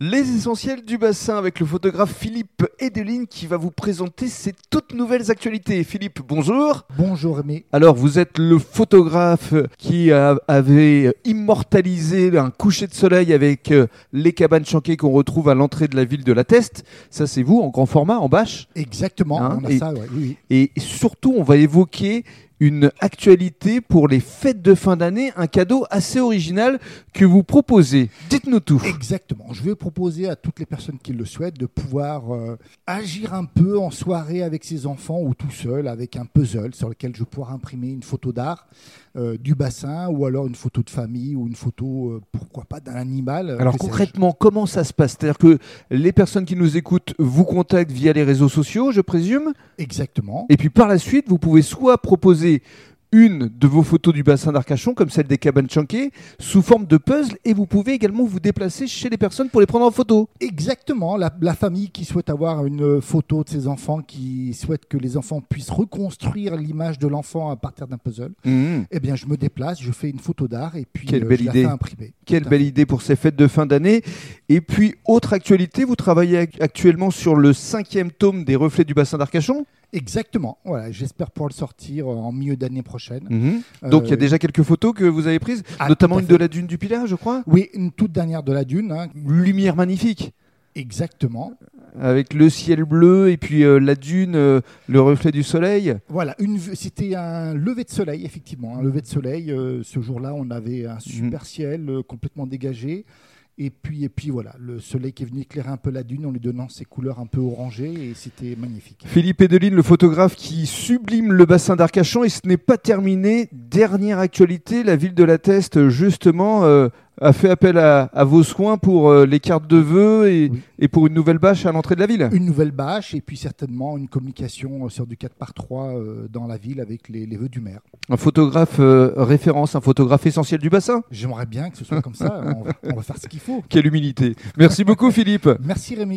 Les essentiels du bassin avec le photographe Philippe Edeline qui va vous présenter ses toutes nouvelles actualités. Philippe, bonjour. Bonjour Rémi. Alors, vous êtes le photographe qui a- avait immortalisé un coucher de soleil avec euh, les cabanes chanquées qu'on retrouve à l'entrée de la ville de La Teste. Ça, c'est vous en grand format, en bâche. Exactement, Hein, on a et- ça, ouais, oui, oui. Et surtout, on va évoquer une actualité pour les fêtes de fin d'année, un cadeau assez original que vous proposez. Dites-nous tout. Exactement. Je vais proposer à toutes les personnes qui le souhaitent de pouvoir euh, agir un peu en soirée avec ses enfants ou tout seul avec un puzzle sur lequel je vais pouvoir imprimer une photo d'art euh, du bassin ou alors une photo de famille ou une photo, euh, pourquoi pas, d'un animal. euh, Alors que sais-je. concrètement, comment ça se passe C'est-à-dire que les personnes qui nous écoutent vous contactent via les réseaux sociaux, je présume, Exactement. et puis par la suite, vous pouvez soit proposer une de vos photos du bassin d'Arcachon, comme celle des cabanes chanquées, sous forme de puzzle, et vous pouvez également vous déplacer chez les personnes pour les prendre en photo. Exactement, la, la famille qui souhaite avoir une euh, photo de ses enfants, qui souhaite que les enfants puissent reconstruire l'image de l'enfant à partir d'un puzzle, eh bien je me déplace, je fais une photo d'art et puis Quelle euh, belle je la idée. fais imprimer. Quelle Tout à belle idée pour ces fêtes de fin d'année. Et puis, autre actualité, vous travaillez ac- actuellement sur le cinquième tome des reflets du bassin d'Arcachon. Exactement. Voilà, j'espère pouvoir le sortir euh, en milieu d'année prochaine. Mm. Donc, il y a Euh, déjà quelques photos que vous avez prises, Ah, notamment tout à une fait. de la dune du Pilat, je crois. Oui, une toute dernière de la dune. hein. lumière magnifique Exactement. avec le ciel bleu et puis euh, la dune, euh, le reflet du soleil. Voilà, une vue- c'était un lever de soleil, effectivement. Un lever de soleil. euh, ce jour-là, on avait Mm. un super ciel euh, complètement dégagé. Et puis, et puis voilà, le soleil qui est venu éclairer un peu la dune en lui donnant ses couleurs un peu orangées. Et c'était magnifique. Philippe Edeline, le photographe qui sublime le bassin d'Arcachon et ce n'est pas terminé. Dernière actualité, la ville de La Teste justement euh, a fait appel à, à vos soins pour euh, les cartes de vœux et, Oui. et pour une nouvelle bâche à l'entrée de la ville. Une nouvelle bâche et puis certainement une communication euh, sur du 4 par 3 dans la ville avec les, les vœux du maire. Un photographe euh, référence, un photographe essentiel du bassin. hein. J'aimerais bien que ce soit comme ça. on, va, on va faire ce qu'il faut. Quelle humilité. Merci beaucoup Philippe. Merci Rémi.